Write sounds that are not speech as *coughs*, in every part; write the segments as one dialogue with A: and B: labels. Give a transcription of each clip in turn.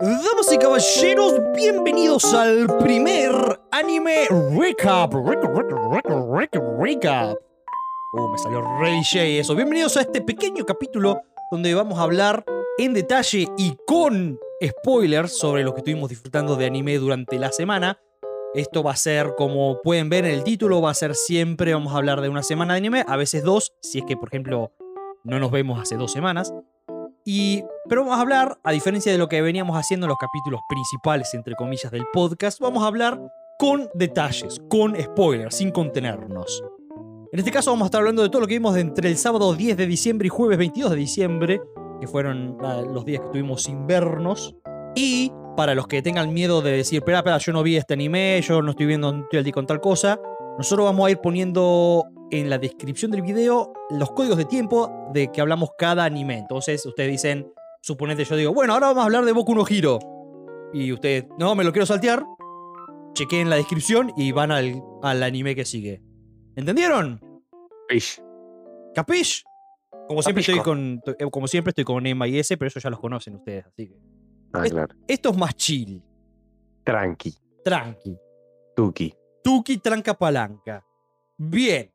A: Damas y caballeros, bienvenidos al primer anime recap. Rec- rec- rec- rec- recap. Uh, me salió Rey J eso. Bienvenidos a este pequeño capítulo donde vamos a hablar en detalle y con spoilers sobre lo que estuvimos disfrutando de anime durante la semana. Esto va a ser, como pueden ver en el título, va a ser siempre, vamos a hablar de una semana de anime, a veces dos, si es que, por ejemplo, no nos vemos hace dos semanas. Y, pero vamos a hablar, a diferencia de lo que veníamos haciendo en los capítulos principales, entre comillas, del podcast, vamos a hablar con detalles, con spoilers, sin contenernos. En este caso vamos a estar hablando de todo lo que vimos de entre el sábado 10 de diciembre y jueves 22 de diciembre, que fueron ah, los días que estuvimos sin vernos. Y para los que tengan miedo de decir, espera, espera, yo no vi este anime, yo no estoy viendo, no estoy al día con tal cosa, nosotros vamos a ir poniendo en la descripción del video los códigos de tiempo de que hablamos cada anime. Entonces, ustedes dicen, suponete yo digo, bueno, ahora vamos a hablar de Boku no Hero. Y ustedes, no, me lo quiero saltear. Chequeen la descripción y van al, al anime que sigue. ¿Entendieron?
B: Ish.
A: ¿Capish? Como siempre, estoy
B: Capisco.
A: con, to- eh, como siempre estoy con Emma y S, pero eso ya los conocen ustedes. Así que.
B: Ah,
A: Es-
B: claro.
A: Esto es más chill,
B: Tranqui.
A: tranqui.
B: Tuki.
A: Tuki tranca palanca. Bien.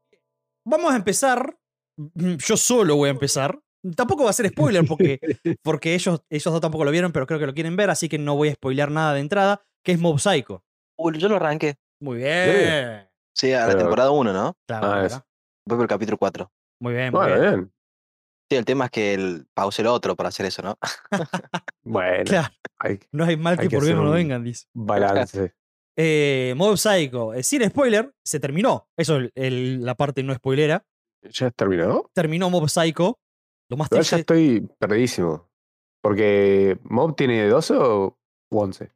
A: Vamos a empezar. Mm, Yo solo voy a empezar. Tampoco va a ser spoiler *laughs* porque, porque ellos, ellos dos tampoco lo vieron, pero creo que lo quieren ver, así que no voy a spoiler nada de entrada, que es Mob Psycho.
C: Uh, yo lo arranqué.
A: Muy bien.
C: Sí, a la
B: Pero-
C: temporada 1, ¿no?
A: Claro,
B: Ah,
A: ¿verdad?
C: Voy por el capítulo 4.
A: Muy bien, muy
B: Bueno,
A: bien.
B: bien.
C: Sí, el tema es que el, pause el otro para hacer eso, ¿no?
B: Bueno,
A: Claro,
B: hay
A: no hay mal
B: Hay
A: que
B: que
A: por bien
B: hacer
A: no
B: un-
A: vengan, dice.
B: balance.
A: Eh, Mob Psycho, eh, sin spoiler, se terminó. Eso es el- el- la parte no spoilera.
B: ¿Ya terminó?
A: Terminó Mob Psycho. Lo más
B: Pero
A: triste.
B: ya estoy perdidísimo. Porque Mob tiene 12 o 11. O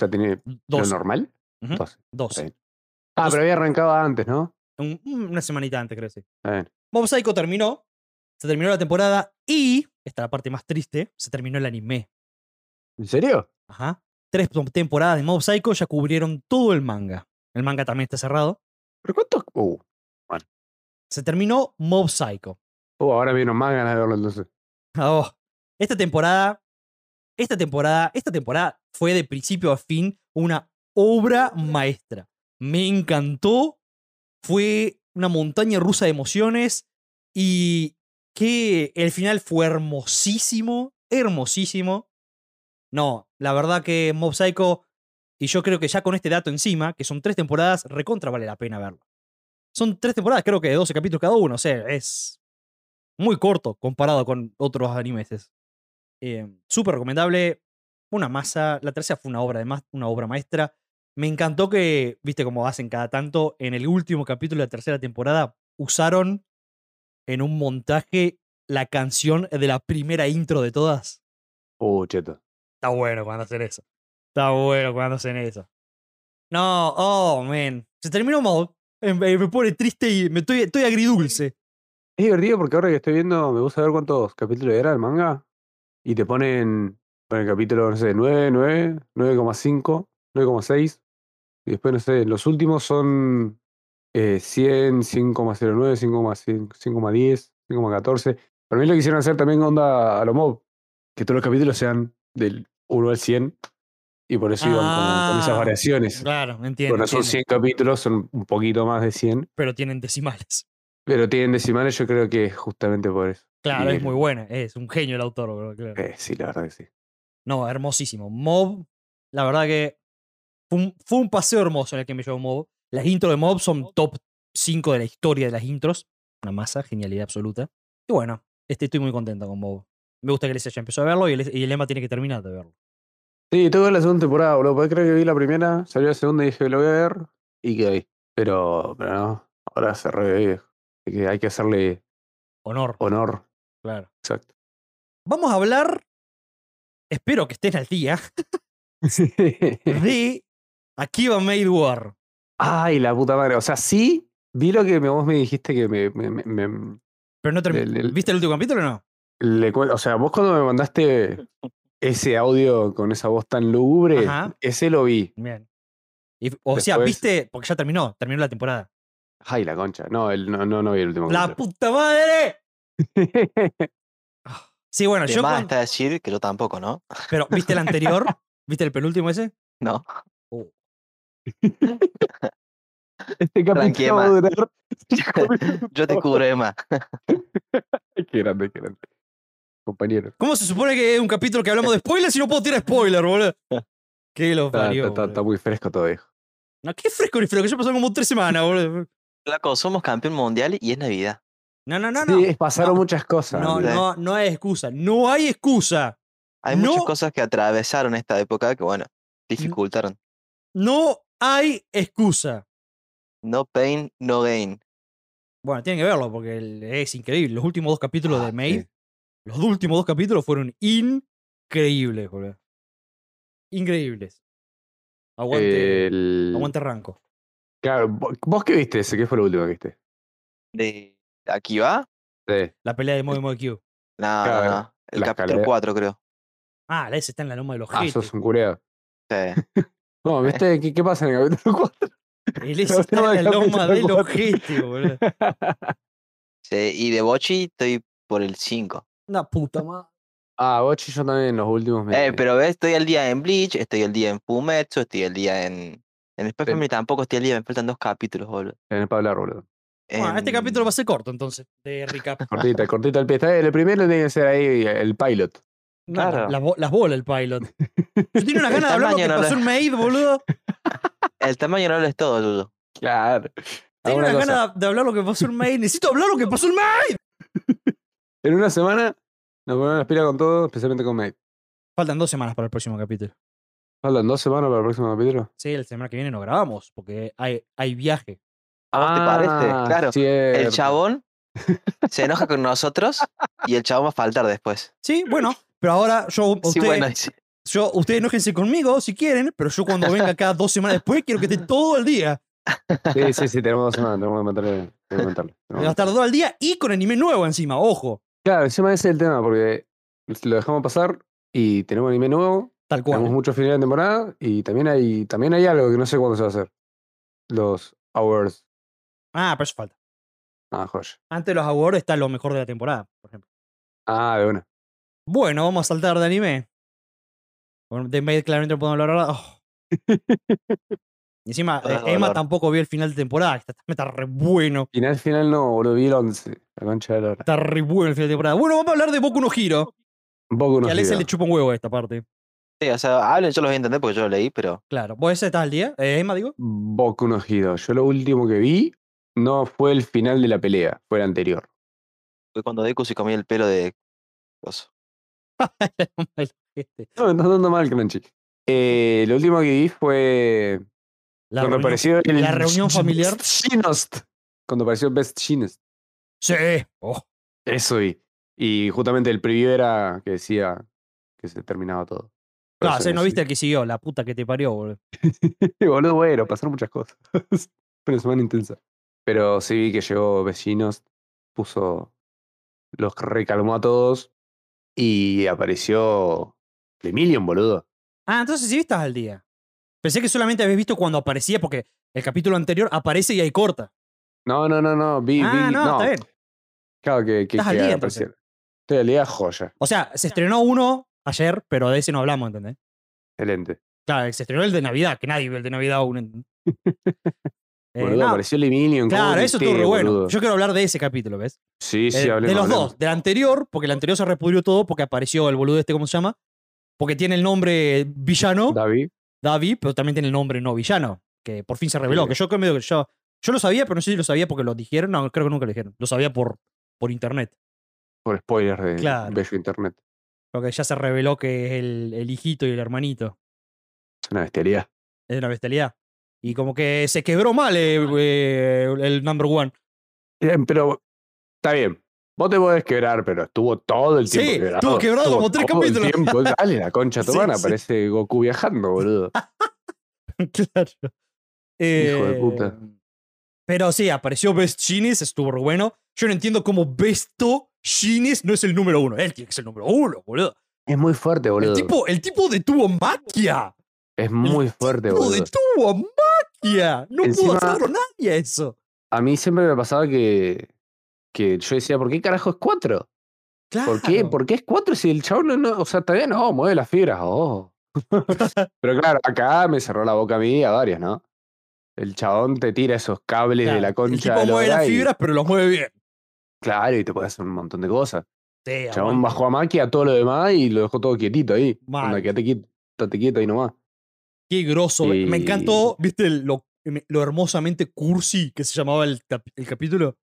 B: sea, tiene lo
A: 12,
B: normal.
A: Ujú.
B: 12.
A: 12.
B: bien. Ah,
A: Doce.
B: pero había arrancado antes, ¿no?
A: Un- una semanita antes, creo que sí.
B: Está bien.
A: Mob Psycho terminó. Se terminó la temporada y, esta es la parte más triste, se terminó el anime.
B: ¿En serio?
A: Ajá. Tres tom- temporadas de Mob Psycho ya cubrieron todo el manga. El manga también está cerrado.
B: ¿Pero cuántos? Uh,
A: Se terminó Mob Psycho.
B: uh, ahora me dieron más ganas de verlo entonces.
A: Ah, oh. Esta temporada, esta temporada, esta temporada fue de principio a fin una obra maestra. Me encantó. Fue una montaña rusa de emociones y que el final fue hermosísimo, hermosísimo. No, la verdad que Mob Psycho, y yo creo que ya con este dato encima, que son tres temporadas, recontra vale la pena verlo. Son tres temporadas, creo que de 12 capítulos cada uno, o sea, es muy corto comparado con otros animes. es, eh, Súper recomendable. Una masa. La tercera fue una obra, además, una obra maestra. Me encantó que, viste como hacen cada tanto, en el último capítulo de la tercera temporada, usaron en un montaje la canción de la primera intro de todas.
B: Uh, cheto.
A: Está bueno cuando hacen eso. Está bueno cuando hacen eso. No, oh, man. Se terminó Mode. Eh, Me me pone triste y me estoy, estoy agridulce.
B: Es divertido porque ahora que estoy viendo, me gusta ver cuántos capítulos era el manga. Y te ponen bueno, el capítulo, no sé, 9, 9, 9,5, 9,6. Y después, no sé, los últimos son eh, 100, 5,09, 5,100, 5,10, 5,14. Para mí lo quisieron hacer también onda a lo mob. Que todos los capítulos sean del 1 al 100. Y por eso iban con, con
A: Ah,
B: esas variaciones.
A: Claro, entiendo.
B: Bueno, son
A: entiendo.
B: 100 capítulos, son un poquito más de 100.
A: pero tienen decimales.
B: Pero tienen decimales, yo creo que es justamente por eso.
A: Claro, es
B: Bien.
A: muy buena. Es un genio el autor, bro, claro.
B: Eh, sí, la verdad que sí.
A: No, hermosísimo. Mob, la verdad que fue un, fue un paseo hermoso en el que me llevó Mob. Las intros de Mob son top 5 de la historia de las intros. Una masa, genialidad absoluta. Y bueno, este, estoy muy contento con Mob. Me gusta que les haya empezado a verlo y el, y el Emma tiene que terminar de verlo.
B: Sí, tuve la segunda temporada, boludo. Podés creer que vi la primera, salió la segunda y dije, lo voy a ver y quedé ahí. Pero, pero no, ahora se revive. Así que hay que hacerle
A: Honor,
B: honor.
A: claro.
B: *laughs* Exacto.
A: Vamos a hablar, espero que estén al día, de Akiba Made War.
B: Ay, la puta madre. O sea, sí, vi lo que me- vos me dijiste que me. me- me- mm, me-
A: Pero no termi-
B: El- el-
A: ¿Viste el último capítulo o no?
B: le cuen- o sea, vos cuando me mandaste ese audio con esa voz tan lúgubre,
A: Ajá.
B: ese lo vi.
A: Bien. Y- o sea,
B: Después-
A: viste, porque ya terminó, terminó la temporada.
B: Ay, la concha. No, el- no, no, no vi el último.
A: ¡La puta madre!
B: capítulo.
A: Sí, bueno,
C: De
A: yo
C: más
A: cuan-
C: está decir que yo tampoco, ¿no?
A: Pero, ¿viste el
B: *laughs*
A: anterior? ¿Viste el penúltimo ese?
C: No.
B: *laughs* este
C: Tranqui,
B: capítulo va a
C: Emma.
B: *laughs* durar.
C: Yo te cubro, Emma.
B: Qué grande, qué grande. Compañero.
A: ¿Cómo se supone que es un capítulo que hablamos de spoilers y no puedo tirar spoiler, boludo? Qué lo
B: Está,
A: parió,
B: está- está- está
A: boludo.
B: muy fresco todo, viejo.
A: No, qué fresco ni fresco, ya pasaron como tres semanas, boludo.
C: Flaco, somos campeón mundial y es Navidad.
A: No, no, no, no.
B: Sí, es- pasaron muchas cosas.
A: No,
C: Andrés.
A: no, no hay excusa. No hay excusa.
C: Hay
A: No.
C: muchas cosas que atravesaron esta época que, bueno, dificultaron.
A: No hay excusa.
C: No pain, no gain.
A: Bueno, tienen que verlo porque el- es increíble. Los últimos dos capítulos
B: Ah,
A: de
B: sí.
A: Maid, los dos últimos dos capítulos fueron increíbles, boludo. Increíbles. Aguante,
B: El-
A: aguante Ranco.
B: Claro, vo- ¿vos qué viste ese? ¿Qué fue lo último que viste?
C: De aquí va.
B: Sí.
A: La pelea de
B: *laughs*
A: Moe Moe Q.
C: No, no,
B: Claro,
C: no. El
B: la
C: capítulo
B: escalera.
C: 4, creo.
A: Ah, la S está en la loma de los
B: Ah,
A: jetes.
B: sos un cureo.
C: Sí. Eh.
B: No, ¿viste? ¿Qué, qué pasa en el capítulo *laughs* 4?
A: El
B: *laughs*
A: S
B: La
A: está
B: loma
A: en la
B: del
A: loma
B: capítulo
A: de los
B: cuatro.
A: jetes,
B: *laughs*
A: boludo.
C: Sí, Y de Bochi estoy por el 5.
A: Una puta madre.
B: Ah, Bochi, yo también en los últimos me-
C: Eh, pero ves, estoy al día en Bleach, estoy al día en Fumetsu, estoy al día en. En Spy
B: Ten-
C: Family tampoco estoy al día, me faltan dos capítulos, boludo.
B: tenés para hablar,
C: *laughs*
B: boludo.
A: Bueno,
B: Em,
A: este capítulo va a
C: pasa
A: ser corto entonces, de recap.
B: Cortita, cortita el pie. Está bien, el primero tiene que ser ahí el pilot.
A: No, no,
C: Claro.
A: las, bo- las bolas el pilot. Yo tenía unas
C: El
A: ganas de hablar lo que
C: tamaño no
A: pasó
C: lo-
A: en Maid,
B: *laughs*
A: boludo.
C: El tamaño no lo es todo, Yuyo.
B: Claro.
A: Tenía
B: Alguna
A: unas
B: cosa.
A: ganas de hablar lo que pasó en Maid. Necesito hablar lo que pasó en Maid.
B: En una semana nos ponemos las pilas con todo, especialmente con Mate.
A: Faltan dos semanas para el próximo capítulo.
B: ¿Faltan dos semanas para el próximo capítulo?
A: Sí, la semana que viene no grabamos porque hay, hay viaje.
C: ¿A vos te parece?
B: Ah,
A: Ah,
C: Claro. El
B: cierto.
A: *laughs*
C: chabón se enoja con nosotros y el chabón va a faltar después.
A: Sí, bueno, pero ahora *laughs* yo, ustedes,
C: Sí, bueno, dice,
A: yo, ustedes enójense conmigo si quieren, pero yo cuando venga acá dos semanas después quiero que *laughs* esté todo el día.
B: Sí, sí, sí, tenemos dos semanas, tenemos que mantener- tenemos que mantenerlo,
A: Va a
B: tenemos que
A: estar todo el día y con anime nuevo encima, ojo.
B: Claro, encima ese es el tema, porque lo dejamos pasar y tenemos anime nuevo,
A: Tal cual.
B: tenemos muchos finales de temporada y también hay, también hay algo que no sé cuándo se va a hacer. Los hours.
A: Ah, pero eso falta.
B: Ah, joya.
A: Antes de los awards está lo mejor de la temporada, por ejemplo.
B: Ah, de una.
A: Bueno, vamos a saltar de anime. Bueno, de Maid claramente no podemos hablar *laughs* ahora. Oh. Y encima,
C: Todo
A: eh,
C: es
A: Emma
C: dolor.
A: tampoco vio el final de temporada. que Está, está re bueno.
B: Final, final no, boludo, vi el 11. La concha de la hora.
A: Está re bueno el final de temporada. Bueno, vamos a hablar de Boku no Hiro.
B: Un poco
A: Que
B: no
A: a Alexa le chupa un huevo a esta parte.
C: sí, o sea, hablen, yo los voy a entender porque yo lo leí, pero
A: Claro. ¿Vos ese estás al día? Eh, Emma, digo. *laughs*
B: Boku no Hero. Yo lo último que vi no fue el final de la pelea, fue el anterior.
C: fue cuando Deku se comió el pelo de. coso.
A: Este,
B: No, me estás dando mal, Crunchy. Eh, lo último que vi fue
A: la
B: cuando
A: reunión-
B: apareció el
A: la *laughs* reunión familiar.
B: Shinost. Cuando apareció Best Shinost.
A: Sí. Oh,
B: Eso vi. Y justamente el preview era que decía que se terminaba todo.
A: No,
B: Por eso
A: Ah, sí, no
B: sí. *laughs*
A: viste el que siguió. La puta que te parió, boludo.
B: Boludo, bueno, pasaron muchas cosas. *laughs* Fue una semana intensa. Pero sí vi que llegó Vecinos, puso. Los recalmó a todos. Y apareció. The Million, boludo.
A: Ah, entonces sí estás al día. Pensé que solamente habías visto cuando aparecía, porque el capítulo anterior aparece y ahí corta.
B: No, no, no, no. Vi,
A: ah,
B: vi-
A: no, está bien.
B: Claro que, que,
A: Estás al
B: que
A: día, entonces.
B: apareciera. Estoy al día, joya.
A: O sea, se estrenó uno ayer, pero de ese no hablamos, ¿entendés?
B: Excelente.
A: Claro, se estrenó el de Navidad, que nadie vio el de Navidad aún. *laughs* ¿entendés? Eh,
B: Boludo,
A: no,
B: apareció The Million. ¿cómo
A: claro, eso estuvo
B: grité,
A: re bueno.
B: boludo?
A: Yo quiero hablar de ese capítulo, ¿ves?
B: Sí,
A: Eh,
B: sí,
A: de
B: hablemos.
A: los
B: hablemos.
A: dos, del anterior, porque el anterior se repudrió todo porque apareció el boludo este, ¿cómo se llama? Porque tiene el nombre villano,
B: David.
A: David, pero también tiene el nombre no villano, que por fin se reveló. Que yo creo medio que yo, yo lo sabía, pero no sé si lo sabía porque lo dijeron. No, creo que nunca lo dijeron. Lo sabía por, por internet.
B: Por spoilers de
A: Claro.
B: bello internet.
A: Porque ya se reveló que es el, el hijito y el hermanito.
B: Es una bestialidad.
A: Es una bestialidad. Y como que se quebró mal eh, eh, el number one.
B: Bien, Eh, Pero está bien. Vos te podés quebrar, pero estuvo todo el
A: Sí,
B: tiempo quebrado.
A: estuvo quebrado
B: Estuvo
A: como tres
B: todo el
A: capítulos.
B: tiempo. Dale,
A: *laughs*
B: la concha tu
A: Sí,
B: hermana.
A: sí.
B: Parece Goku viajando,
A: *laughs*
B: boludo.
A: claro.
B: de puta.
A: Eh, Pero sí, apareció Best Genius, estuvo re bueno. Yo no entiendo cómo Besto Genius no es el número uno. Él tiene que ser el número uno, boludo.
B: Es muy fuerte, boludo.
A: El tipo, el tipo detuvo magia.
B: es muy fuerte,
A: El tipo
B: boludo.
A: detuvo magia. No
B: Encima-
A: pudo hacerlo nadie a eso.
B: A mí siempre me pasaba que, que yo decía, ¿por qué carajo es 4?
A: Claro.
B: ¿Por qué? ¿Por qué es 4 si el chabón no, no- o sea, todavía no, mueve las fibras, *laughs* oh. Pero claro, acá me cerró la boca a mí y a varios, ¿no? El chabón te tira esos cables
A: Claro,
B: de la concha
A: El tipo
B: de la
A: mueve las
B: hora y-
A: fibras, pero los mueve bien.
B: Claro, y te puede hacer un montón de cosas.
A: Sí,
B: El chabón
A: aguante.
B: bajó a Maki a todo lo demás y lo dejó todo quietito ahí.
A: Mal.
B: Onda, quédate quieto, estate quieto ahí nomás.
A: Qué grosso. eh. Me
B: Y-
A: encantó, ¿viste? el- Lo, lo hermosamente cursi que se llamaba el, cap- el capítulo.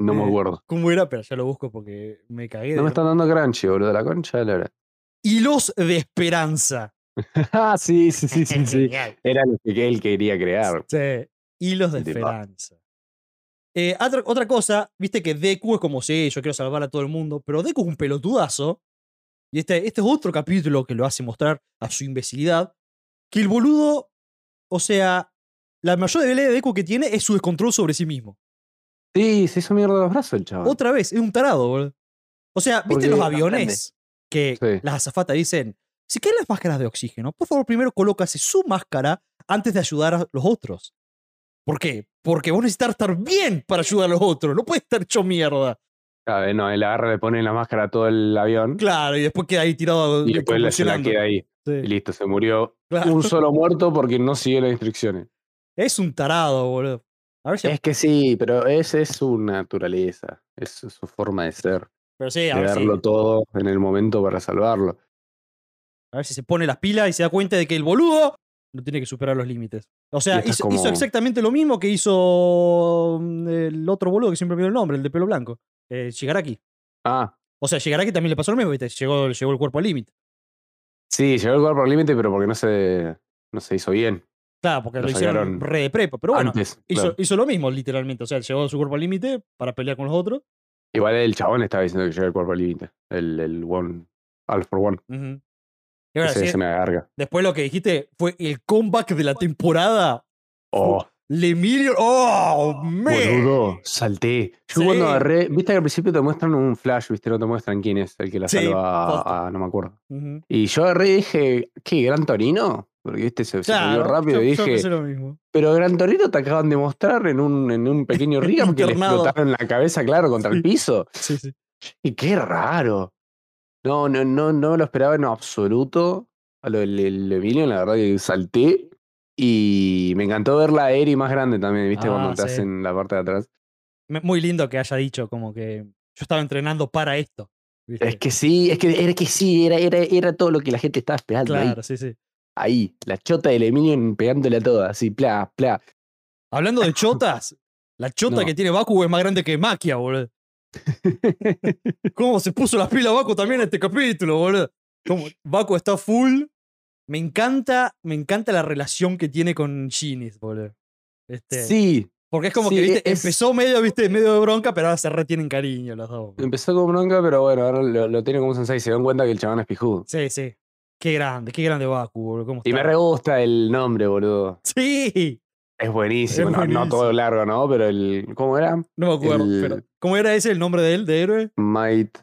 B: No
A: Eh,
B: me acuerdo.
A: ¿Cómo era? Pero ya lo busco porque me cagué.
B: No
A: de-
B: me están dando crunchy, boludo, la concha de la hora.
A: Hilos de esperanza.
B: *laughs* ah, sí, sí, sí, sí, sí.
A: Genial.
B: *laughs* Era lo que él quería crear.
A: Sí, hilos de
B: De pa-
A: esperanza. Eh, otra, otra cosa, viste que Deku es como, sí, yo quiero salvar a todo el mundo, pero Deku es un pelotudazo. Y este, este es otro capítulo que lo hace mostrar a su imbecilidad. Que el boludo, o sea, la mayor debilidad de Deku que tiene es su descontrol sobre sí mismo.
B: Sí, se hizo mierda los brazos el chabón.
A: Otra vez, es un tarado, boludo. O sea, ¿viste
B: Porque-
A: los aviones que
B: Sí.
A: las azafatas dicen, si caen las máscaras de oxígeno, por favor primero colócase su máscara antes de ayudar a los otros? ¿Por qué? Porque vos necesitas estar bien para ayudar a los otros, no puedes estar hecho mierda.
B: Claro, no, él agarra, le pone la máscara a todo el avión
A: Claro, y después queda ahí tirado
B: y después la, se la
A: convulsionando.
B: queda ahí.
A: Sí,
B: Y listo, se murió
A: *laughs* claro.
B: un solo muerto porque no siguió las instrucciones.
A: Es un tarado, boludo. A ver si,
B: Es que sí, pero esa es su naturaleza, es su su forma de ser,
A: pero sí, a
B: de
A: ver si-
B: darlo todo en el momento para salvarlo.
A: a ver si se pone las pilas y se da cuenta de que el boludo no tiene que superar los límites. O sea,
B: Y estás
A: hizo,
B: como-
A: hizo exactamente lo mismo que hizo mm, el otro boludo que siempre me dio el nombre, el de pelo blanco, eh, Shigaraki.
B: Ah,
A: O sea, Shigaraki también le pasó lo mismo, ¿viste? Llegó, llegó el cuerpo al límite.
B: sí, llegó el cuerpo al límite, pero porque no se, no se hizo bien
A: Claro, porque
B: Lo
A: lo, hicieron
B: sacaron
A: re de prepa, pero bueno,
B: antes.
A: hizo,
B: claro.
A: hizo lo mismo literalmente. O sea, llegó su cuerpo al límite para pelear con los otros.
B: Igual el chabón estaba diciendo que llegó el cuerpo al límite, el, el one, all for one.
A: Ujú. Y ahora
B: Ese
A: sí,
B: es una garga.
A: después lo que dijiste fue el comeback de la temporada.
B: Oh,
A: Le Emilio. ¡Oh, man!
B: Boludo, salté. Yo
A: Sí.
B: cuando agarré, viste que al principio te muestran un flash, viste, no te muestran quién es el que la
A: Sí,
B: salva
A: posta.
B: a, a- no me acuerdo.
A: Ujú.
B: Y yo agarré y dije, ¿qué? ¿Gran Torino? Porque viste, se, se movió
A: Claro, yo-
B: rápido y
A: yo
B: dije,
A: pensé lo mismo.
B: pero Gran Torino te acaban de mostrar en un, en un
A: *laughs*
B: pequeño río que le
A: Internado.
B: explotaron la cabeza, claro, contra
A: Sí.
B: el piso.
A: Sí, sí.
B: Y qué raro. No, no, no, no me lo esperaba en absoluto. A lo del el Emilio, la verdad que salté. Y me encantó ver la Eri más grande también, viste,
A: Ah,
B: cuando te
A: sí.
B: hacen la parte de atrás.
A: me- muy lindo que haya dicho como que yo estaba entrenando para esto. ¿viste?
B: Es que sí, es que era que sí, era, era, era todo lo que la gente estaba esperando. ahí.
A: claro, sí, sí.
B: Ahí, la chota del Emilio pegándole a todas, así, pla, pla.
A: Hablando
B: *laughs*
A: de chotas, la chota
B: No.
A: que tiene Baku es más grande que Maquia,
B: *laughs*
A: boludo. ¿Cómo se puso las pilas Baku también en este capítulo, boludo? Cómo- Baku está full. Me encanta, me encanta la relación que tiene con Ginis, boludo. Este,
B: Sí,
A: porque es como
B: sí,
A: que ¿viste?
B: e- es-
A: empezó medio, viste, medio de bronca, pero ahora se retienen cariño los dos. boludo.
B: empezó con bronca, pero bueno, ahora lo, lo tiene como un sensei. Se dan cuenta que el chabón es pijudo.
A: Sí, sí. Qué grande, qué grande Baku, boludo. ¿Cómo
B: Y me
A: está?
B: re gusta el nombre, boludo.
A: Sí.
B: Es buenísimo.
A: Es
B: no- No, todo
A: buenísimo.
B: largo, ¿no? Pero el. ¿Cómo era?
A: No me acuerdo,
B: El-
A: pero. ¿Cómo era ese el nombre de él, de héroe?
B: Might.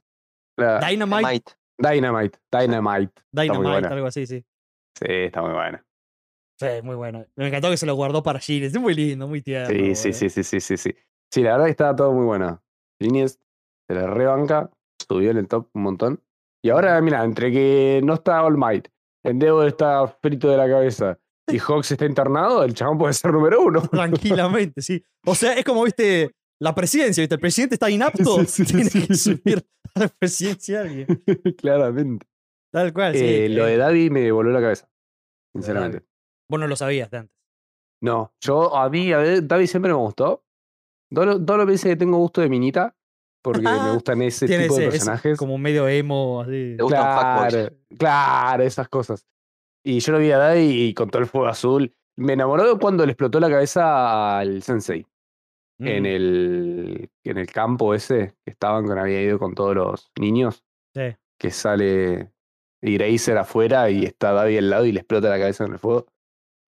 B: la-
A: Dynamite.
C: Might.
B: Dynamite. Ah, Dynamite. muy
A: Dynamite,
B: buena.
A: algo así, sí.
B: Sí, está muy buena.
A: Sí, muy bueno. Me encantó que se lo guardó para Giles. Es muy lindo, muy tierno.
B: Sí, sí,
A: boludo.
B: sí, sí, sí, sí, sí. Sí, la verdad que estaba todo muy bueno. Genius se la rebanca, subió en el top un montón. Y ahora, mira, entre que no está All Might, Endeavor está frito de la cabeza y Hawks está internado, el chabón puede ser número uno. *laughs*
A: Tranquilamente, sí. O sea, es como, viste, la presidencia, viste. El presidente está inapto.
B: *laughs* Sí, sí, sí,
A: tiene
B: sí.
A: que subir a la presidencia alguien.
B: Claramente.
A: Tal cual, sí.
B: Eh, lo
A: eh.
B: de Davi me voló la cabeza,
A: Lo de
B: sinceramente.
A: Vos no lo sabías de antes.
B: No, yo a mí, a ver, Davi siempre me gustó. Dolo, Dolo me dice que tengo gusto de minita, porque
A: *laughs*
B: me gustan ese
A: Tiene
B: tipo
A: ese,
B: de
A: ese
B: personajes.
A: como medio emo, así.
C: Te gusta un fuckboy.
B: Claro, claro, esas cosas. Y yo lo vi a Daddy y con todo el fuego azul. Me enamoró de cuando le explotó la cabeza al sensei en,
A: Mm,
B: el, en el campo ese que estaban con había ido con todos los niños.
A: Sí. Ah.
B: Que sale Grazer afuera y está Daddy al lado y le explota la cabeza en el fuego.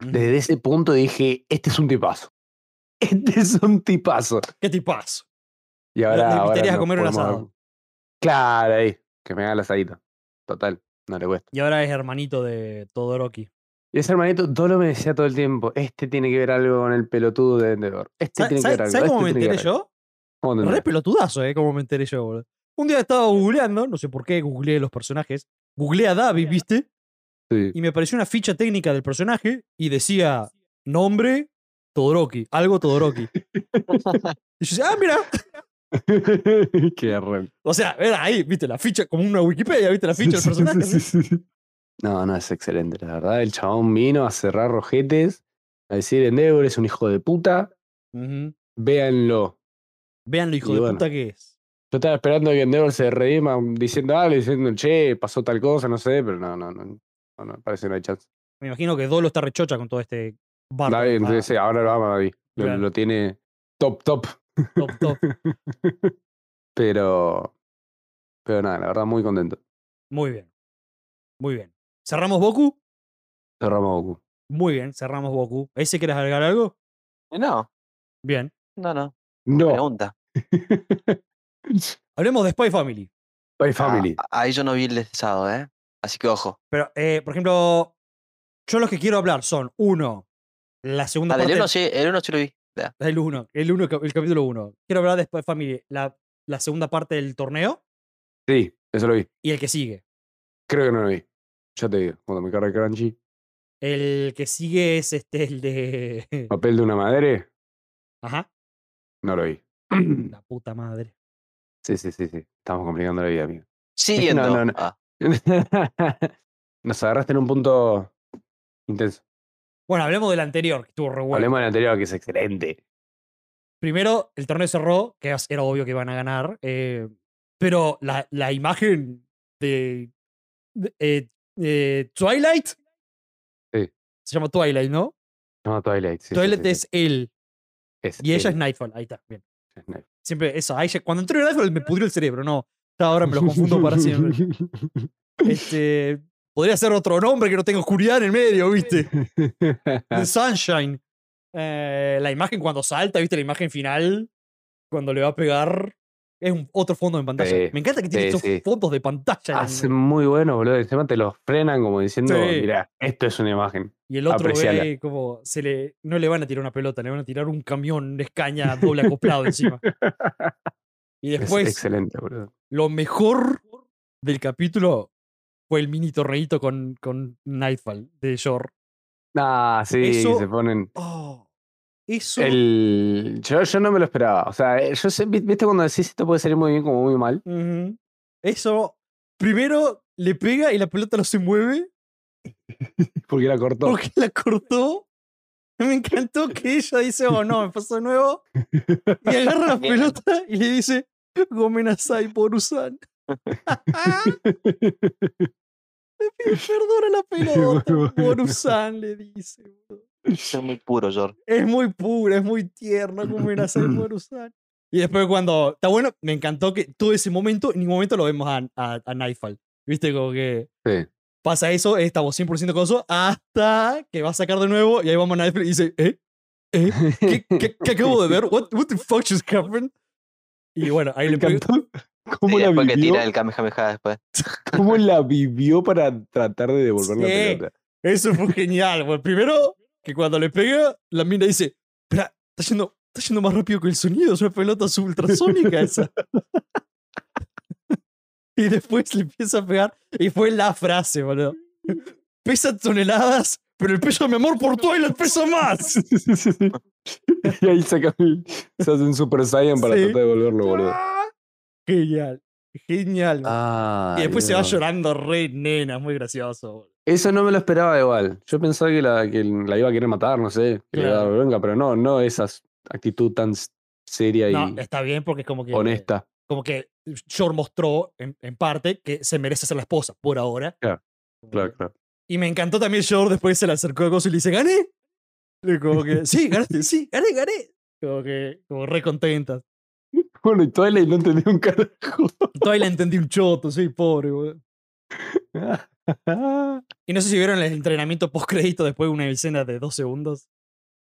A: mm.
B: Desde ese punto dije, este es un tipazo. *laughs* Este es un tipazo.
A: ¿Qué tipazo?
B: Y ahora...
A: lo
B: ahora
A: invitarías a
B: nos
A: comer un
B: podemos dar-
A: asado.
B: Claro, ahí. Que me haga el asadito. Total. No le cuesta.
A: Y ahora es hermanito de Todoroki.
B: Y ese hermanito, Dolo me decía todo el tiempo: Este tiene que ver algo con el pelotudo de Endeavor. Este
A: ¿Sabes
B: tiene que ver algo. este
A: cómo me
B: tiene que
A: enteré
B: ver algo".
A: yo?
B: ¿Cómo te
A: Re
B: enteraste?
A: pelotudazo, ¿eh? Cómo me enteré yo, boludo. Un día estaba googleando, no sé por qué googleé los personajes. Googleé a David, ¿viste?
B: Sí.
A: Y me apareció una ficha técnica del personaje y decía nombre Todoroki, algo
B: *laughs*
A: Todoroki. y yo decía, ah, mira.
B: *laughs* Qué re.
A: O sea, era ahí, viste, la ficha, como una Wikipedia, viste la
B: Sí,
A: ficha del
B: sí, sí,
A: personaje.
B: sí, sí, sí. No, no, es excelente, la verdad. El chabón vino a cerrar rojetes, a decir Endeavor es un hijo de puta,
A: ¿no? Ujú.
B: véanlo.
A: Vean lo hijo
B: Y
A: de
B: bueno.
A: puta que es.
B: Yo estaba esperando que Endeavor se redima diciendo algo, diciendo, che, pasó tal cosa, no sé, pero no, no, no. No, no, parece que no hay chance.
A: Me imagino que Dolo está rechocha con todo este bardo.
B: David,
A: Ah,
B: entonces, sí, ahora lo ama David. Lo,
A: Claro.
B: lo tiene top, top.
A: top, top.
B: Pero. Pero nada, la verdad, muy contento.
A: Muy bien. Muy bien. ¿Cerramos Boku?
B: Cerramos Goku.
A: Muy bien, cerramos Boku. ¿Ese quieres agregar algo?
C: Eh, No,
A: Bien.
C: no, no.
B: *laughs* No.
C: Pregunta.
A: Hablemos de Spy Family.
B: By
C: Ah,
B: Family.
C: a- ahí yo no vi el estado, ¿eh? Así que ojo.
A: Pero, eh, por ejemplo, yo los que quiero hablar son, uno, la segunda
C: Dale,
A: parte.
C: el 1 sí, el uno sí lo vi.
A: *laughs*
C: Ya.
A: El uno, el, uno, el capítulo 1. Quiero hablar de Spy Family, la, la segunda parte del torneo
B: Sí, eso lo vi.
A: y el que sigue.
B: Creo que no lo vi. Ya te digo, cuando me cargue Crunchy.
A: El que sigue es este, el de. *laughs*
B: Papel de una madre,
A: Ajá.
B: no lo vi.
A: La puta madre.
B: Sí, sí, sí, sí. Estamos complicando la vida, amigo. *laughs*
C: Siguiendo.
B: no, no.
C: Ah,
B: Nos agarraste en un punto intenso.
A: Bueno, hablemos del anterior, que estuvo re bueno.
B: Hablemos del anterior, que es excelente.
A: Primero, el torneo cerró, que as- era obvio que iban a ganar, eh, pero la, la imagen de, de- eh, eh, Twilight.
B: Sí.
A: Se llama Twilight, ¿no?
B: No, Twilight. Sí, sí,
A: Twilight
B: sí,
A: es
B: sí.
A: él y ella es
B: él,
A: Nightfall. Ahí está, bien.
B: ella es Nike.
A: Siempre eso. Ahí ya- cuando entró en Nightfall me pudrió el cerebro, no. Ya Ahora me lo confundo para
B: *laughs*
A: siempre. Este, podría ser otro nombre que no tenga oscuridad en el medio, ¿viste?
B: Ah.
A: The Sunshine. Eh, la imagen cuando salta, ¿viste? La imagen final, cuando le va a pegar, es un, otro fondo en pantalla.
B: Sí,
A: Me encanta que tiene
B: sí,
A: estos
B: sí.
A: fondos de pantalla. el
B: Hace
A: anime.
B: muy bueno, boludo. Encima te los frenan como diciendo,
A: Sí.
B: mirá, esto es una imagen.
A: Y el otro
B: apreciala.
A: ve como se le, no le van a tirar una pelota, le van a tirar un camión de escaña doble acoplado
B: *laughs*
A: encima. Y
B: Es
A: después,
B: excelente, boludo.
A: lo mejor del capítulo fue el mini torneito con, con Nightfall de Shore.
B: Ah, sí, que
A: Eso-
B: se ponen.
A: Oh, eso.
B: El... Yo, yo no me lo esperaba. O sea, eh, yo sé, vi- viste cuando decís esto puede salir muy bien como muy mal.
A: Ujú. Eso primero le pega y la pelota no se mueve
B: *laughs* Porque era corto.
A: porque la cortó. Me encantó que ella dice, oh no, me pasó de nuevo. Y agarra la
C: Bien.
A: pelota y le dice, Gomenasai
B: *laughs*
A: Borusan. Le pide perdón a la
B: *laughs*
A: pelota.
B: bueno.
A: Borusan le dice. boludo.
C: soy muy puro, George.
A: Es muy pura, es muy tierna como era Sai
B: *clears throat*
A: Borusan. Y después cuando... Está bueno, me encantó que todo ese momento, en ningún momento lo vemos a, a, a Nightfall. Viste, como que
B: Sí.
A: pasa eso, estamos 100% con eso, hasta que va a sacar de nuevo y ahí vamos a Nightfall y dice, ¿eh? ¿Eh? ¿Qué,
B: *laughs*
A: qué, qué acabo de ver? What, what the fuck just happened? Y bueno, ahí
B: Me
A: le pego.
B: encantó cómo
C: Y
B: la
C: después que
B: vivió,
C: tira el kamehameha después.
B: cómo la vivió para tratar de devolver la
A: Sí.
B: pelota.
A: Eso fue genial. Bueno, primero, que cuando le pega, la mina dice, "Espera, está yendo, está yendo más rápido que el sonido, es una pelota ultrasónica esa. y después le empieza a pegar, y fue la frase, boludo. Pesa toneladas, pero el peso de mi amor por Twilight pesa más.
B: Sí, sí, sí, sí. *laughs* y ahí saca el- se hace un Super Saiyan para
A: Sí.
B: tratar de devolverlo, boludo.
A: Genial, genial. boludo. y después se va
B: llorar
A: llorando re nena, es muy gracioso. boludo.
B: Eso no me lo esperaba igual. Yo pensaba que la, que la iba a querer matar, no sé, que le iba a dar
A: Claro.
B: bronca, pero no, no esa s- actitud tan s- seria
A: No,
B: y
A: está bien porque es como que...
B: honesta.
A: como que Shore mostró en, en parte que se merece ser la esposa por ahora.
B: Claro,
A: Como
B: Claro,
A: que-
B: claro.
A: Y me encantó también Shore después se le acercó a Gozo y le dice, ¿gané? Le como que, sí, ganaste, sí, gané, gané. Como que, como re contenta.
B: Bueno, y Twilight no entendí un
C: *laughs*
B: carajo.
A: Todavía la entendí un choto, soy pobre, boludo.
B: Eh,
A: Y no sé si vieron el entrenamiento post-crédito después de una escena de dos segundos.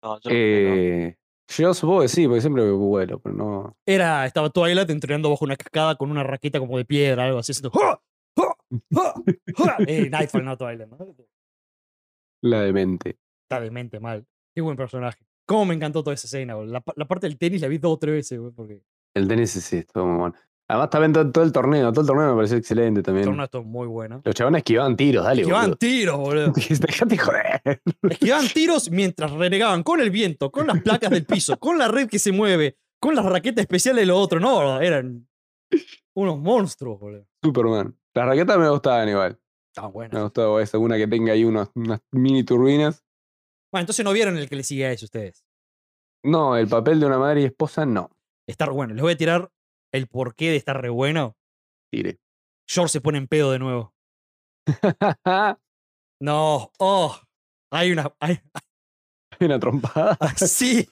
C: No, yo no creo.
B: eh, yo supongo que sí, porque siempre vuelo, pero no.
A: Era, estaba Twilight entrenando bajo una cascada con una raqueta como de piedra, algo así, haciendo, ¡Ah! ¡Ah! ¡Ja!
B: *laughs*
A: ¡Ja! Eh, Nightfall, no Twilight. ¿no?
B: La demente.
A: Está demente mal. Qué buen personaje. Cómo me encantó toda esa escena, boludo. La, pa- la parte del tenis la vi dos o tres veces, boludo, porque
B: El tenis sí, estuvo muy bueno. Además, también todo, todo el torneo. Todo el torneo me pareció excelente
A: el
B: también.
A: torneo estuvo muy bueno.
B: Los chabones esquivaban tiros, dale,
A: Esquivaban *laughs*
B: boludo.
A: tiros, boludo.
B: Dejate joder. *laughs*
A: Esquivaban tiros mientras renegaban con el viento, con las placas del piso, con la red que se mueve, con las raquetas especiales de lo otro. No, eran unos monstruos, boludo.
B: Superman. Las raquetas me gustaban igual.
A: Estaban buenas.
B: Me gustaba esa, una que tenga ahí unos, unas mini turbinas.
A: Bueno, entonces no vieron el que le sigue a eso ustedes.
B: No, el papel de una madre y esposa, no.
A: Está re bueno. Les voy a tirar el porqué de estar re bueno.
B: Tire. *laughs*
A: George se pone en pedo de nuevo. No, oh, hay una. Hay, *laughs*
B: una trompada. *laughs*
A: sí,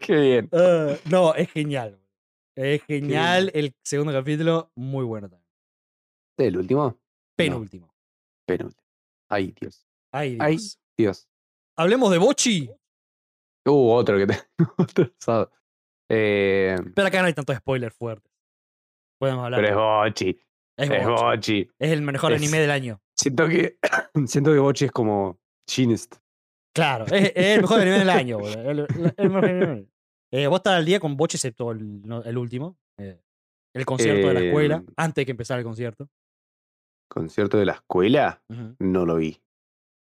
B: Qué bien.
A: ah, no, es genial. Es genial. El segundo capítulo, muy bueno también.
B: ¿El último?
A: Penúltimo.
B: Penúltimo. Ay, Dios.
A: Ay,
B: Ay.
A: Dios.
B: Dios.
A: Hablemos de Bochi.
B: Uh, otro que *laughs* te. otro sábado. Eh,
A: Pero acá no hay tantos spoilers fuertes. Podemos hablar.
B: pero es Bochi.
A: es,
B: Es
A: Bocchi.
B: Bochi.
A: Es el mejor
B: Es-
A: anime del año.
B: Siento que. *coughs* siento que Bochi es como. Chinest.
A: Claro, es, es el mejor anime del año. boludo, el- el- el mejor anime del año. Eh, vos estás al día con Bochi, excepto el, no- el último. eh, el concierto de la escuela,
B: Em,
A: antes de que empezara el concierto.
B: ¿Concierto de la escuela?
A: Ujú.
B: No lo vi.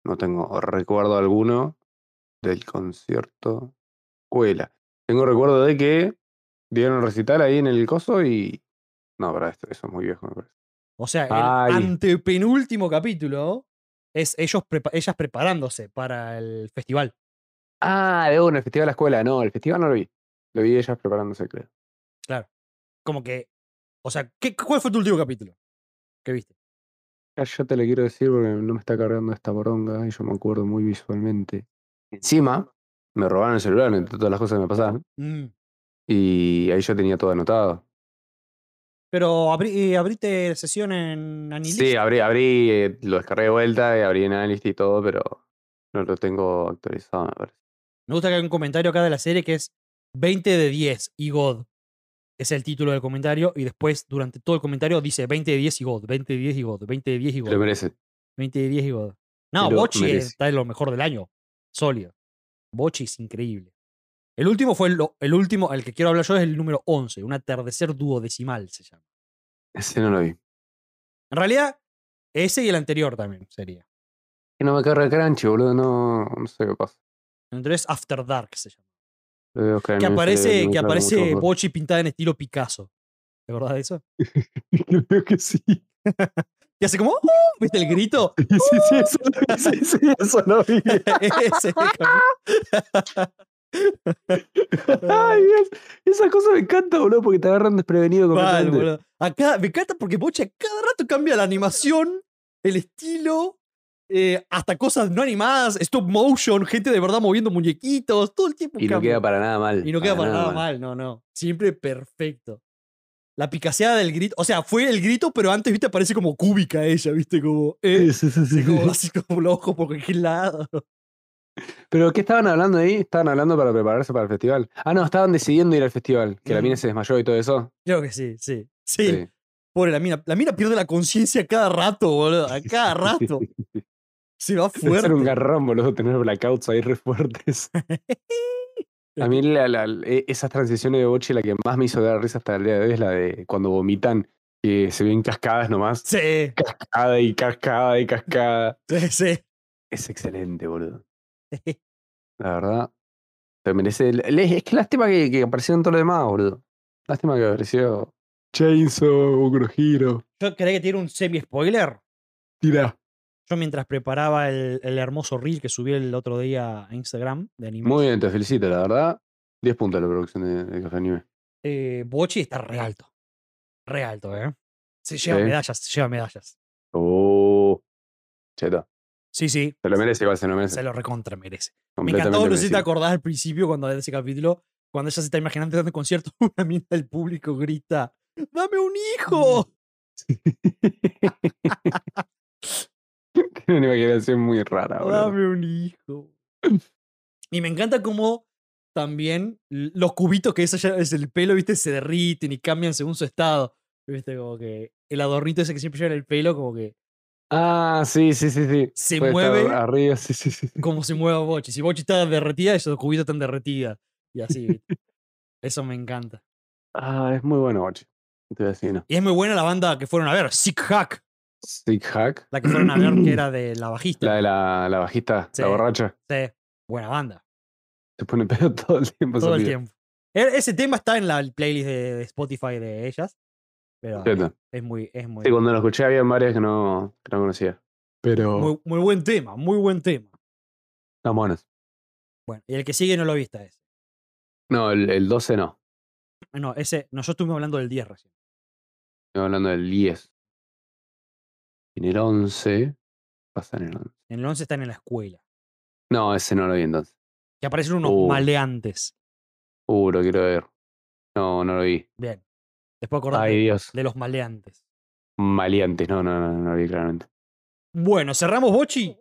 B: No tengo recuerdo alguno del concierto escuela. Tengo recuerdo de que dieron el recital ahí en el coso y. No, pero esto- eso es muy viejo, me parece.
A: O sea, el
B: Ay.
A: antepenúltimo capítulo es ellos prepa- ellas preparándose para el festival.
B: Ah, de uno, el festival de la escuela. No, el festival no lo vi. Lo vi ellas preparándose, creo.
A: Como que, o sea, ¿qué, ¿cuál fue tu último capítulo que viste?
B: Ah, Yo te lo quiero decir porque no me está cargando esta poronga y yo me acuerdo muy visualmente. Encima, me robaron el celular entre todas las cosas que me pasaban
A: Mm.
B: y ahí yo tenía todo anotado.
A: Pero abrí, eh, abriste sesión en Anilist.
B: Sí, abrí, abrí, eh, lo descargué de vuelta, eh, abrí en Analyst y todo, pero no lo tengo actualizado, me parece.
A: Me gusta que hay un comentario acá de la serie que es 20 de 10 y God. Es el título del comentario y después durante todo el comentario dice 20 de 10 y God, 20 de 10 y God, 20 de 10 y
B: Se lo
A: God,
B: merece. *laughs*
A: 20 de 10 y God. No,
B: lo
A: Bochi
B: merece.
A: está en lo mejor del año. Sólido. Bochi es increíble. El último fue el, el último, el que quiero hablar yo es el número 11, un atardecer duodecimal se llama.
B: Ese no lo vi.
A: En realidad, ese y el anterior también sería.
B: Que no me carga Crunchy, boludo, no, no sé qué pasa.
A: Entonces, After Dark se llama.
B: Lo voy a buscar en
A: que
B: el celular,
A: aparece,
B: no me
A: que
B: carga mucho,
A: aparece
B: boludo. *laughs*
A: Bochi pintada en estilo Picasso. ¿Te acordás de eso?
B: Creo
A: *laughs*
B: que sí.
A: Y hace como, "Uh", ¿viste el
B: *laughs*
A: grito? *laughs*
B: Sí, sí, sí, eso,
A: ¡Uh!
B: lo- sí, sí, eso lo vi.
A: Ese cami-
B: Ay, Dios. Esas cosas me encantan, boludo, porque te agarran desprevenido
A: Mal,
B: completamente.
A: boludo. Acá me encanta porque Bochi a cada rato cambia la animación, el estilo, eh, hasta cosas no animadas, stop motion, gente de verdad moviendo muñequitos, todo el tiempo
B: y no
A: cambia.
B: queda para nada mal.
A: Y no queda para nada mal, no, no. Siempre perfecto. La picaseada del grito, o sea, fue el grito, pero antes, viste, aparece como cúbica ella, viste, como, eh,
B: Sí,
A: *laughs*
B: sí, sí, sí,
A: como
B: sí.
A: así como los ojos por cualquier lado. *laughs*
B: Pero ¿qué estaban hablando ahí? Estaban hablando para prepararse para el festival. Ah, no, estaban decidiendo ir al festival. Que la mina
A: Mm.
B: se desmayó y todo eso.
A: Creo que sí, sí. Sí, pobre la mina. La mina pierde la conciencia a cada rato, boludo. A
B: *laughs*
A: cada rato. Se va
B: Debe
A: fuerte.
B: ser un garrón, boludo, tener blackouts ahí
A: *laughs*
B: re fuertes. A mí la- la- e- esas transiciones de boche, la que más me hizo dar risa hasta el día de hoy es la de cuando vomitan, que se ven cascadas nomás. *laughs*
A: Sí,
B: Cascada y cascada y cascada.
A: sí, sí. *laughs*
B: Es excelente, boludo. La verdad. Se merece. el- le- Es que lástima que, que aparecieron todos los demás, boludo. Lástima que apareció Chainsaw, Ogro Hero.
A: Yo quería que tiene un semi-spoiler.
B: Tira.
A: Yo mientras preparaba el, el hermoso reel que subí el otro día a Instagram de anime,
B: Muy bien, te felicito, la verdad. 10 puntos la producción de, de Café Anime.
A: eh, Bochi está re alto. Re alto, ¿eh? Se lleva
B: Sí.
A: medallas, se lleva medallas.
B: Oh. Cheta.
A: Sí, sí,
B: Se lo merece igual, se lo merece.
A: se lo recontra merece. Me
B: Completamente
A: encantó, no sé si te
B: merecido.
A: acordás al principio cuando de ese capítulo, cuando ella se está imaginando dando un concierto, *laughs* una mina del público grita, ¡Dame un hijo!
B: *laughs* Tiene una imaginación muy rara, boludo.
A: Dame un hijo. Y me encanta cómo también l- los cubitos que eso ya es el pelo, viste, se derriten y cambian según su estado. Viste, como que el adornito ese que siempre lleva en el pelo, como que
B: Ah, sí, sí, sí, sí.
A: se
B: Puede estar
A: mueve
B: Arriba, sí, sí, sí. sí.
A: como se mueve Bochi. Si Bochi está derretida, esos cubitos están derretidos. Y así, ¿viste? Eso me encanta.
B: Ah, es muy bueno, Bochi. Te voy a decir, no.
A: Y es muy buena la banda que fueron a ver, Sick Hack,
B: Sick Hack.
A: la que fueron a ver que era de la bajista.
B: La de la, la bajista,
A: Sí.
B: la borracha.
A: Sí, buena banda.
B: Se pone *laughs* pedo todo el tiempo. esa
A: todo el
B: piba.
A: tiempo. E- Ese tema está en la playlist de, de Spotify de ellas. Pero es,
B: Entiendo.
A: es muy, es muy,
B: Sí, cuando lo escuché había varias que no, que no conocía. Pero
A: muy, muy buen tema, muy buen tema.
B: están buenas.
A: Bueno, y el que sigue no lo viste a ese.
B: No, el, el 12 no.
A: No, ese, no, yo estuve hablando del 10 recién.
B: Estoy hablando del 10. En el 11. Pasa en el 11.
A: En el 11 están en la escuela.
B: No, ese no lo vi entonces.
A: Que aparecen unos
B: Uh.
A: maleantes.
B: Uh, lo quiero ver. No, no lo vi.
A: Bien. Después acordate
B: Ay, Dios.
A: de los maleantes.
B: Maleantes. No, no, no, no lo vi claramente.
A: Bueno, cerramos Bochi.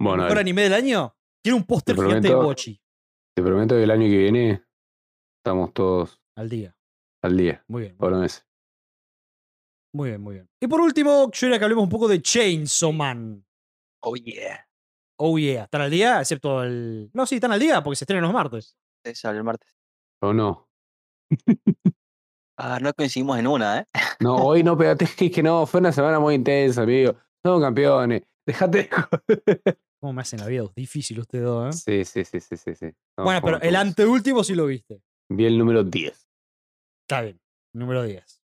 B: Bueno,
A: mejor
B: dale.
A: anime del año. Tiene un póster gigante de
B: prometo-
A: Bochi
B: te prometo que el año que viene estamos todos
A: al día.
B: al día.
A: Muy bien.
B: Por lo menos.
A: Muy bien, muy bien. Y por último, yo diría que hablemos un poco de Chainsaw Man.
C: Oh, yeah.
A: Oh yeah, están al día, excepto el. No, sí, están al día porque se estrenan los martes.
C: Es el martes.
B: ¿O no?
C: Ah, no coincidimos en una, ¿eh?
B: No, hoy no, *laughs* pero es que, es que no. Fue una semana muy intensa, amigo. Somos campeones. Dejate. de joder.
A: ¿Cómo me hacen la vida? Difícil ustedes dos, ¿eh?
B: Sí, sí, sí, sí, sí. sí. Estamos
A: bueno, pero el
B: juntos.
A: anteúltimo sí lo viste.
B: Vi el número 10.
A: Está bien. Número 10.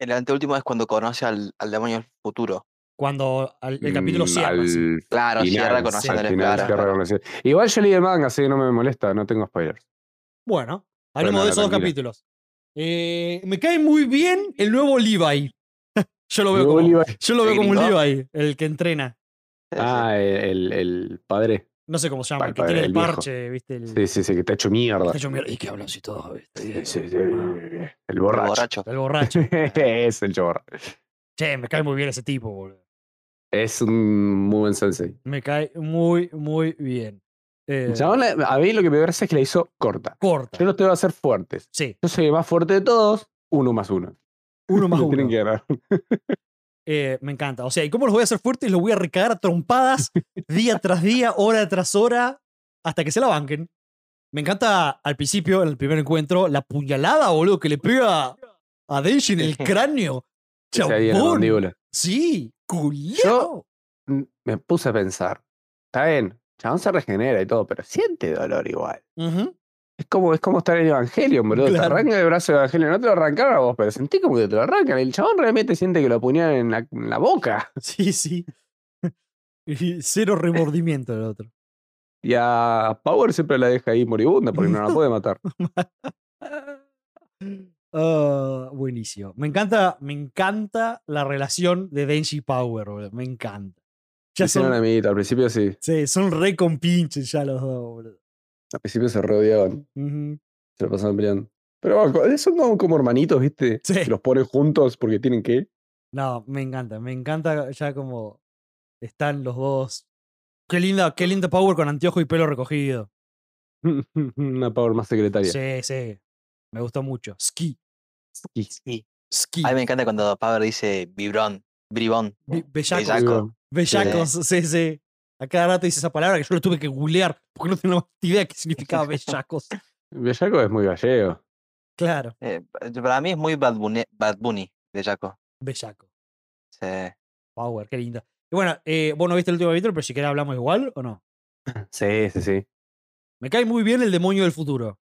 C: El anteúltimo es cuando conoce al, al demonio del futuro.
A: Cuando al- el capítulo
B: Mm,
A: cierra. sí.
B: al
C: Claro,
B: final,
C: cierra
B: sí,
C: conociendo
B: al
C: el
B: final
C: claro,
B: cierra
C: claro.
B: conociendo. Igual yo leí el manga, así que no me molesta, no tengo spoilers.
A: Bueno, hablemos
B: Bueno,
A: de esos dos
B: tranquilo.
A: capítulos. Eh, me cae muy bien el nuevo Levi. *laughs* yo lo veo
B: Luego
A: como, *laughs*
B: Oliva-
A: yo lo veo como un
C: ¿Gringo?
A: Levi, el que entrena.
C: Sí, sí.
B: Ah, el, el- el padre.
A: No sé cómo se llama,
B: Pa-
A: el que
B: pa-
A: tiene el,
B: el viejo.
A: parche, ¿viste? El,
B: Sí, sí, sí, que está hecho mierda.
A: Está Mm. hecho mierda. Y que hablan así todos, ¿viste?
B: Sí, sí, sí, El
C: El
B: borracho.
C: borracho.
A: El borracho.
B: *laughs* es el chorro.
A: che, me cae muy bien ese tipo, boludo.
B: Es un muy buen sensei.
A: Me cae muy, muy bien. Eh,
B: El chabón la- a mí lo que me parece es que la hizo corta.
A: corta.
B: Yo los te voy a hacer fuertes.
A: Sí,
B: Yo soy el más fuerte de todos, uno más uno.
A: uno más
B: Me
A: uno.
B: *laughs* tienen que ganar.
A: Eh, me encanta. O sea, ¿y cómo los voy a hacer fuertes? Los voy a recagar a
B: *laughs*
A: trompadas día tras día, hora tras hora, hasta que se la banquen. Me encanta al principio, en el primer encuentro, la puñalada, boludo, que le pega a Denji en
B: *laughs*
A: el cráneo.
B: Ese ahí en la
A: Chabón.
B: mandíbula.
A: Sí, culiao.
B: Yo- Mm, Me puse a pensar. Está bien, chabón se regenera y todo, pero siente dolor igual.
A: Ujú.
B: Es como, es como estar en Evangelion, boludo. Te
A: Claro.
B: arranca el brazo de Evangelion. No te lo arrancaron a vos, pero sentí como que te lo arrancan. El chabón realmente siente que lo apuñalan en la, en la boca.
A: *laughs* Sí, sí. *laughs* Y Cero remordimiento del otro.
B: Y a Power siempre la deja ahí moribunda porque no la puede matar.
A: Ah, buenísimo. Me encanta, me encanta la relación de Denji y Power, boludo. Me encanta. *laughs* Ya
B: Hicieron
A: son,
B: amiguitos. Al principio sí.
A: sí, son re compinches ya los dos, boludo.
B: Al principio se rodeaban.
A: Ujú.
B: Se lo pasaban peleando. Pero bueno, co- son como, como hermanitos, ¿viste?
A: Sí.
B: Que los ponen juntos porque tienen que.
A: No, me encanta, me encanta ya como están los dos. Qué linda, qué linda Power con anteojo y pelo recogido.
B: *laughs* Una Power más secretaria.
A: Sí, sí. Me gustó mucho. Ski,
B: Y-
C: Sí.
A: ski.
C: A mí me encanta cuando Pablo dice vibrón, bribón.
A: Be- bellacos,
C: Bellaco.
B: Digo,
A: bellacos, sí, sí. A cada rato dice esa palabra que yo lo tuve que googlear porque no tenía la más idea de qué *laughs* significaba bellacos.
B: Bellaco es muy gallego.
A: Claro.
C: Eh, pa- para mí es muy Bad Bunny, Bad Bunny de Jaco.
A: Bellaco.
C: Sí.
A: Power, qué linda. Y bueno, eh, vos no viste el último capítulo, pero si querés hablamos igual o no.
B: Sí, sí, sí.
A: Me cae muy bien el demonio del futuro.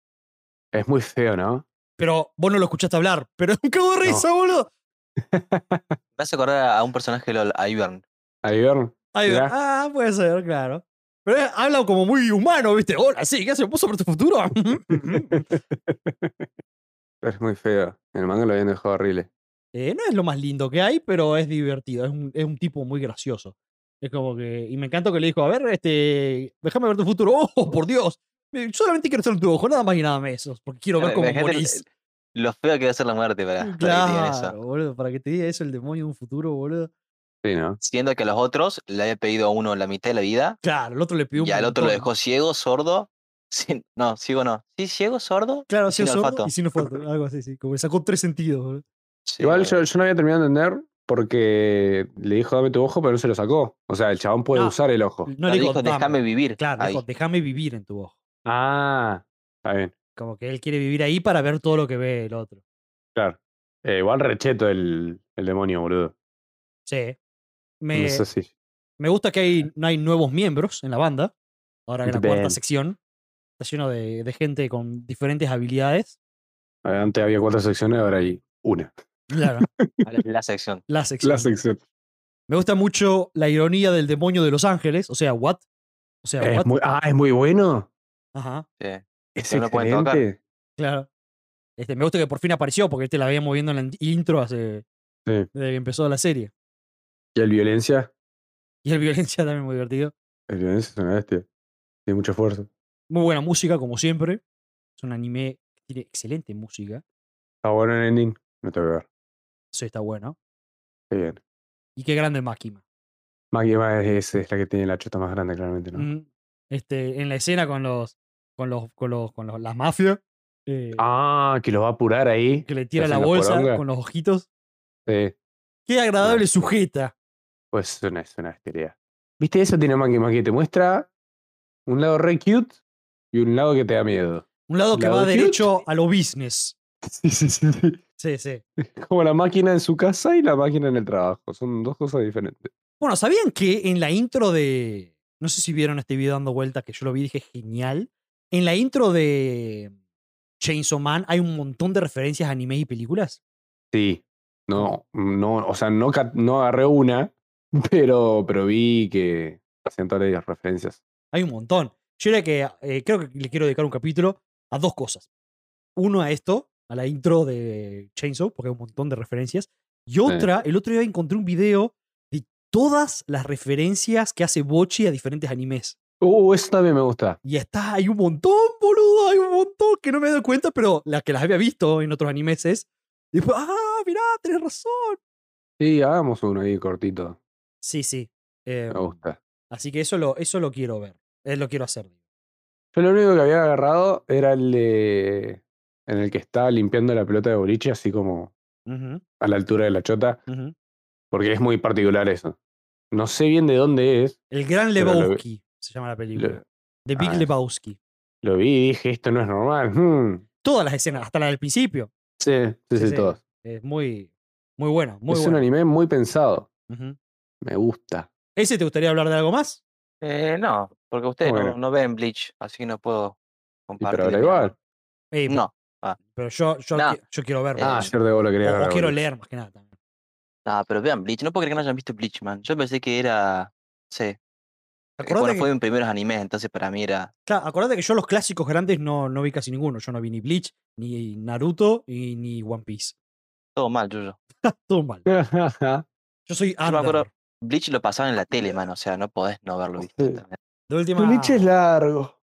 B: Es muy feo, ¿no?
A: Pero vos no lo escuchaste hablar. *laughs* Pero es un cago de risa, boludo.
C: Me hace acordar a un personaje de LOL, a Ivern.
B: Ahí ver.
A: Ahí va.
B: Mirá.
A: Ah, puede ser, claro. Pero eh, habla como muy humano, ¿viste? Hola, sí, ¿qué haces vos sobre tu futuro?
B: Mm. Es muy feo. En el manga lo habían dejado horrible.
A: Eh, no es lo más lindo que hay, pero es divertido. Es un, es un tipo muy gracioso. Es como que. Y me encantó que le dijo: A ver, este. Déjame ver tu futuro. *laughs* ¡Oh, por Dios! Eh, Solamente quiero estar en tu ojo, nada más y nada menos. Porque quiero ver
C: Eh,
A: cómo
C: imagínate el-
A: morís.
C: el- Lo feo que va a ser la
A: *laughs*
C: muerte para,
B: Mm,
C: para que te digan
A: Claro,
C: eso.
A: boludo, para que te diga eso el demonio de un futuro, boludo.
B: Sí, ¿no?
C: Siendo que a los otros le había pedido a uno la mitad de la vida
A: Claro, el otro le pidió un
C: y al otro lo
A: montón.
C: dejó ciego, sordo. *laughs* sin- no, ciego no. Sí, ciego, sordo.
A: Claro,
C: sin
A: sin sordo
C: olfato.
A: y sin olfato, algo así, sí. Como que sacó tres sentidos, boludo.
C: Sí,
B: Igual
C: la
B: yo, yo no había terminado de entender porque le dijo dame tu ojo, pero no se lo sacó. O sea, el chabón puede
A: No. Mm.
B: usar el ojo.
A: No
C: verdad.
A: le
C: Le
A: dijo,
C: dijo,
A: "Dame".
C: déjame vivir.
A: Claro,
C: ahí.
A: dijo,
C: *laughs*
A: déjame vivir en tu ojo.
B: Ah, está bien,
A: Como que él quiere vivir ahí para ver todo lo que ve el otro.
B: claro. Eh, igual recheto el, el demonio, boludo.
A: Sí. Me,
B: No sé si. eh,
A: me gusta que hay, no hay nuevos miembros en la banda. Ahora en la cuarta
B: Bien.
A: sección. Está lleno de, de gente con diferentes habilidades.
B: Antes había cuatro secciones, ahora hay una.
A: *laughs* Claro,
C: Ahora es La sección.
A: la sección.
B: La sección.
A: Me gusta mucho la ironía del demonio de Los Ángeles. O sea, what? O sea,
B: Es
A: what?
B: muy, ah, es muy bueno.
A: Ajá,
C: sí.
B: Es
C: No lo pueden tocar.
B: excelente.
A: claro. Este, me gusta que por fin apareció porque este la habíamos viendo en la in- intro hace,
B: Sí.
A: desde que empezó la serie.
B: Y el violencia.
A: Y el *laughs* violencia también muy divertido.
B: El violencia es una bestia. Tiene mucho esfuerzo.
A: Muy buena música, como siempre. Es un anime que tiene excelente música.
B: Está bueno el ending. No te voy a ver.
A: Eso está bueno.
B: Qué bien.
A: Y qué grande Makima.
B: Máquina es, es la que tiene la chota más grande, claramente, ¿no?
A: Mm, Este, en la escena con los con los con los con los, las mafias eh,
B: Ah, que los va a apurar ahí.
A: que le tira
B: hacen
A: la
B: la
A: bolsa
B: poronga.
A: con los ojitos.
B: Sí.
A: Qué agradable sujeta.
B: Pues es una, es una bestialidad. ¿Viste eso? Tiene Maki Maki. Te muestra un lado re cute y un lado que te da miedo. *laughs*
A: Un lado que
B: Lado
A: va
B: cute.
A: derecho a lo business.
B: Sí, sí, sí, sí.
A: Sí, sí.
B: Como la máquina en su casa y la máquina en el trabajo. Son dos cosas diferentes.
A: Bueno, ¿sabían que en la intro de. No sé si vieron este video dando vueltas que yo lo vi y dije genial. En la intro de Chainsaw Man hay un montón de referencias a anime y películas.
B: Sí. No, no, o sea, no, ca- no agarré una, *laughs* pero, pero vi que hacían todas las referencias.
A: Hay un montón. Yo era que eh, creo que le quiero dedicar un capítulo a dos cosas. Uno a esto, a la intro de Chainsaw, porque hay un montón de referencias. Y otra, el otro día encontré un video de todas las referencias que hace Bochi a diferentes animes.
B: Uh, eso también me gusta.
A: Y está, hay un montón, boludo, hay un montón que no me doy cuenta, pero las que las había visto en otros animes es. Y después, ah, mirá, tenés razón.
B: Sí, hagamos uno ahí cortito.
A: Sí, sí. eh,
B: Me gusta.
A: así que eso lo, eso lo quiero ver. eh, lo quiero hacer.
B: Yo lo único que había agarrado era el de. en el que está limpiando la pelota de boliche, así como
A: Ujú,
B: a la altura de la chota,
A: ujú.
B: porque es muy particular eso. No sé bien de dónde es.
A: El Gran
B: Pero lo vi-
A: Lebowski se llama la película.
B: Lo,
A: The Big
B: ah.
A: Lebowski.
B: lo vi y dije, esto no es normal. hmm".
A: Todas las escenas, hasta la del principio.
B: Sí, sí,
A: Sí,
B: sí,
A: sí,
B: todos.
A: Es muy, muy buena, muy
B: es un
A: buena.
B: anime muy pensado.
A: Ujú.
B: Me gusta.
A: ¿Ese te gustaría hablar de algo más?
C: Eh, no, porque ustedes
B: Bueno.
C: no, no ven Bleach, así que no
B: Y
C: puedo
B: pero
C: compartir.
B: ahora
C: mi
B: igual.
C: amor.
A: Eh,
C: No,
A: Pero yo, yo,
C: No.
A: qui- yo quiero ver.
B: Ah,
A: más.
B: ayer de vos lo quería
A: Eh, o, o
B: agarrar,
A: quiero
B: boludo.
A: leer más que nada también.
C: no, pero vean Bleach. No puedo creer que no hayan visto Bleach, man. Yo pensé que era. Sí. eh,
A: Acordate
C: Bueno,
A: que-
C: fue de mis primeros animes, entonces para mí era.
A: Claro, acordate que yo los clásicos grandes no, no vi casi ninguno. Yo no vi ni Bleach, ni Naruto y ni One Piece. *laughs*
C: Todo mal, Yuyo.
A: Todo mal.
B: *laughs*
A: Yo soy
C: Yo me acuerdo-
A: under.
C: Bleach lo pasaban en la tele, man. O sea, no podés no verlo visto.
B: Sí.
C: en internet.
A: De última
B: Boliche es largo.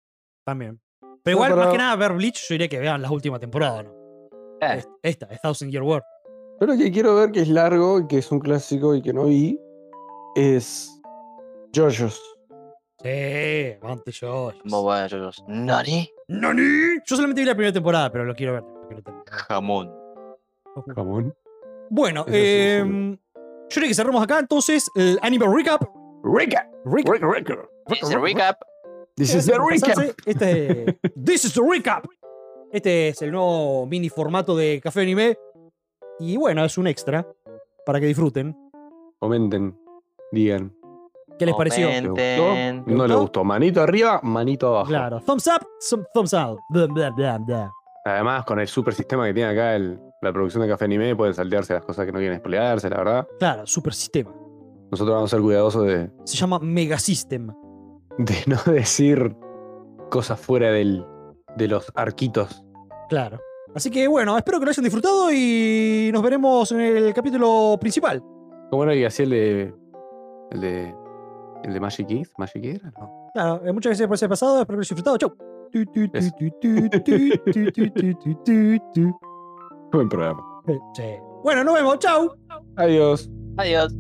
A: también. Pero igual, más
B: pero-
A: que nada, ver Bleach, yo diría que vean las últimas temporadas, ¿no?
C: Eh.
A: Es- Esta, es Thousand Year War.
B: Yo lo que quiero ver que es largo y que es un clásico y que no vi es Jojo's.
A: Sí, Monte Joyce.
C: Muy bueno, Yuyo. ¿Nani?
A: ¡Nani! Yo solamente vi la primera temporada, pero lo quiero ver. lo quiero terminar.
C: Jamón.
B: Jamón.
A: Bueno,
B: Eso sí,
A: em, yo diría que cerramos acá entonces el anime recap.
B: Rica.
A: Recap.
B: Rica. Rica.
C: Es el recap.
B: This
A: Gracias
B: is the
A: por
B: recap.
A: pasarse. Este es- This is the recap. Este es el nuevo mini formato de Café Anime. Y bueno, es un extra para que disfruten.
B: Comenten. Digan.
A: ¿Qué les pareció?
C: Comenten.
B: ¿Le
C: Ten.
B: gustó? No le
A: ¿Gustó?
B: gustó. Manito arriba, manito abajo.
A: Claro. Thumbs up, thum- thumbs out. Bla, bla, bla, bla.
B: Además, con el super sistema que tiene acá el- la producción de Café Anime, pueden saltearse las cosas que no quieren spoilearse, la verdad.
A: Claro, super sistema.
B: Nosotros vamos a ser cuidadosos de,
A: Se llama Mega System.
B: de no *laughs* decir cosas fuera del, de los arquitos.
A: Claro. Así que bueno, espero que lo hayan disfrutado y nos veremos en el capítulo principal.
B: Como era que hacía el de. El de. El de Magic Kids. ¿Magic Kids era? No.
A: Claro, eh, muchas gracias por ser pasado, espero que lo hayan disfrutado. Chau. Tu, tu, tu,
B: Eso.
A: tu, tu, tu, tu, tu, tu, tu, tu.
B: Buen programa.
A: Sí. Bueno, nos vemos. Chau.
B: Adiós.
C: Adiós.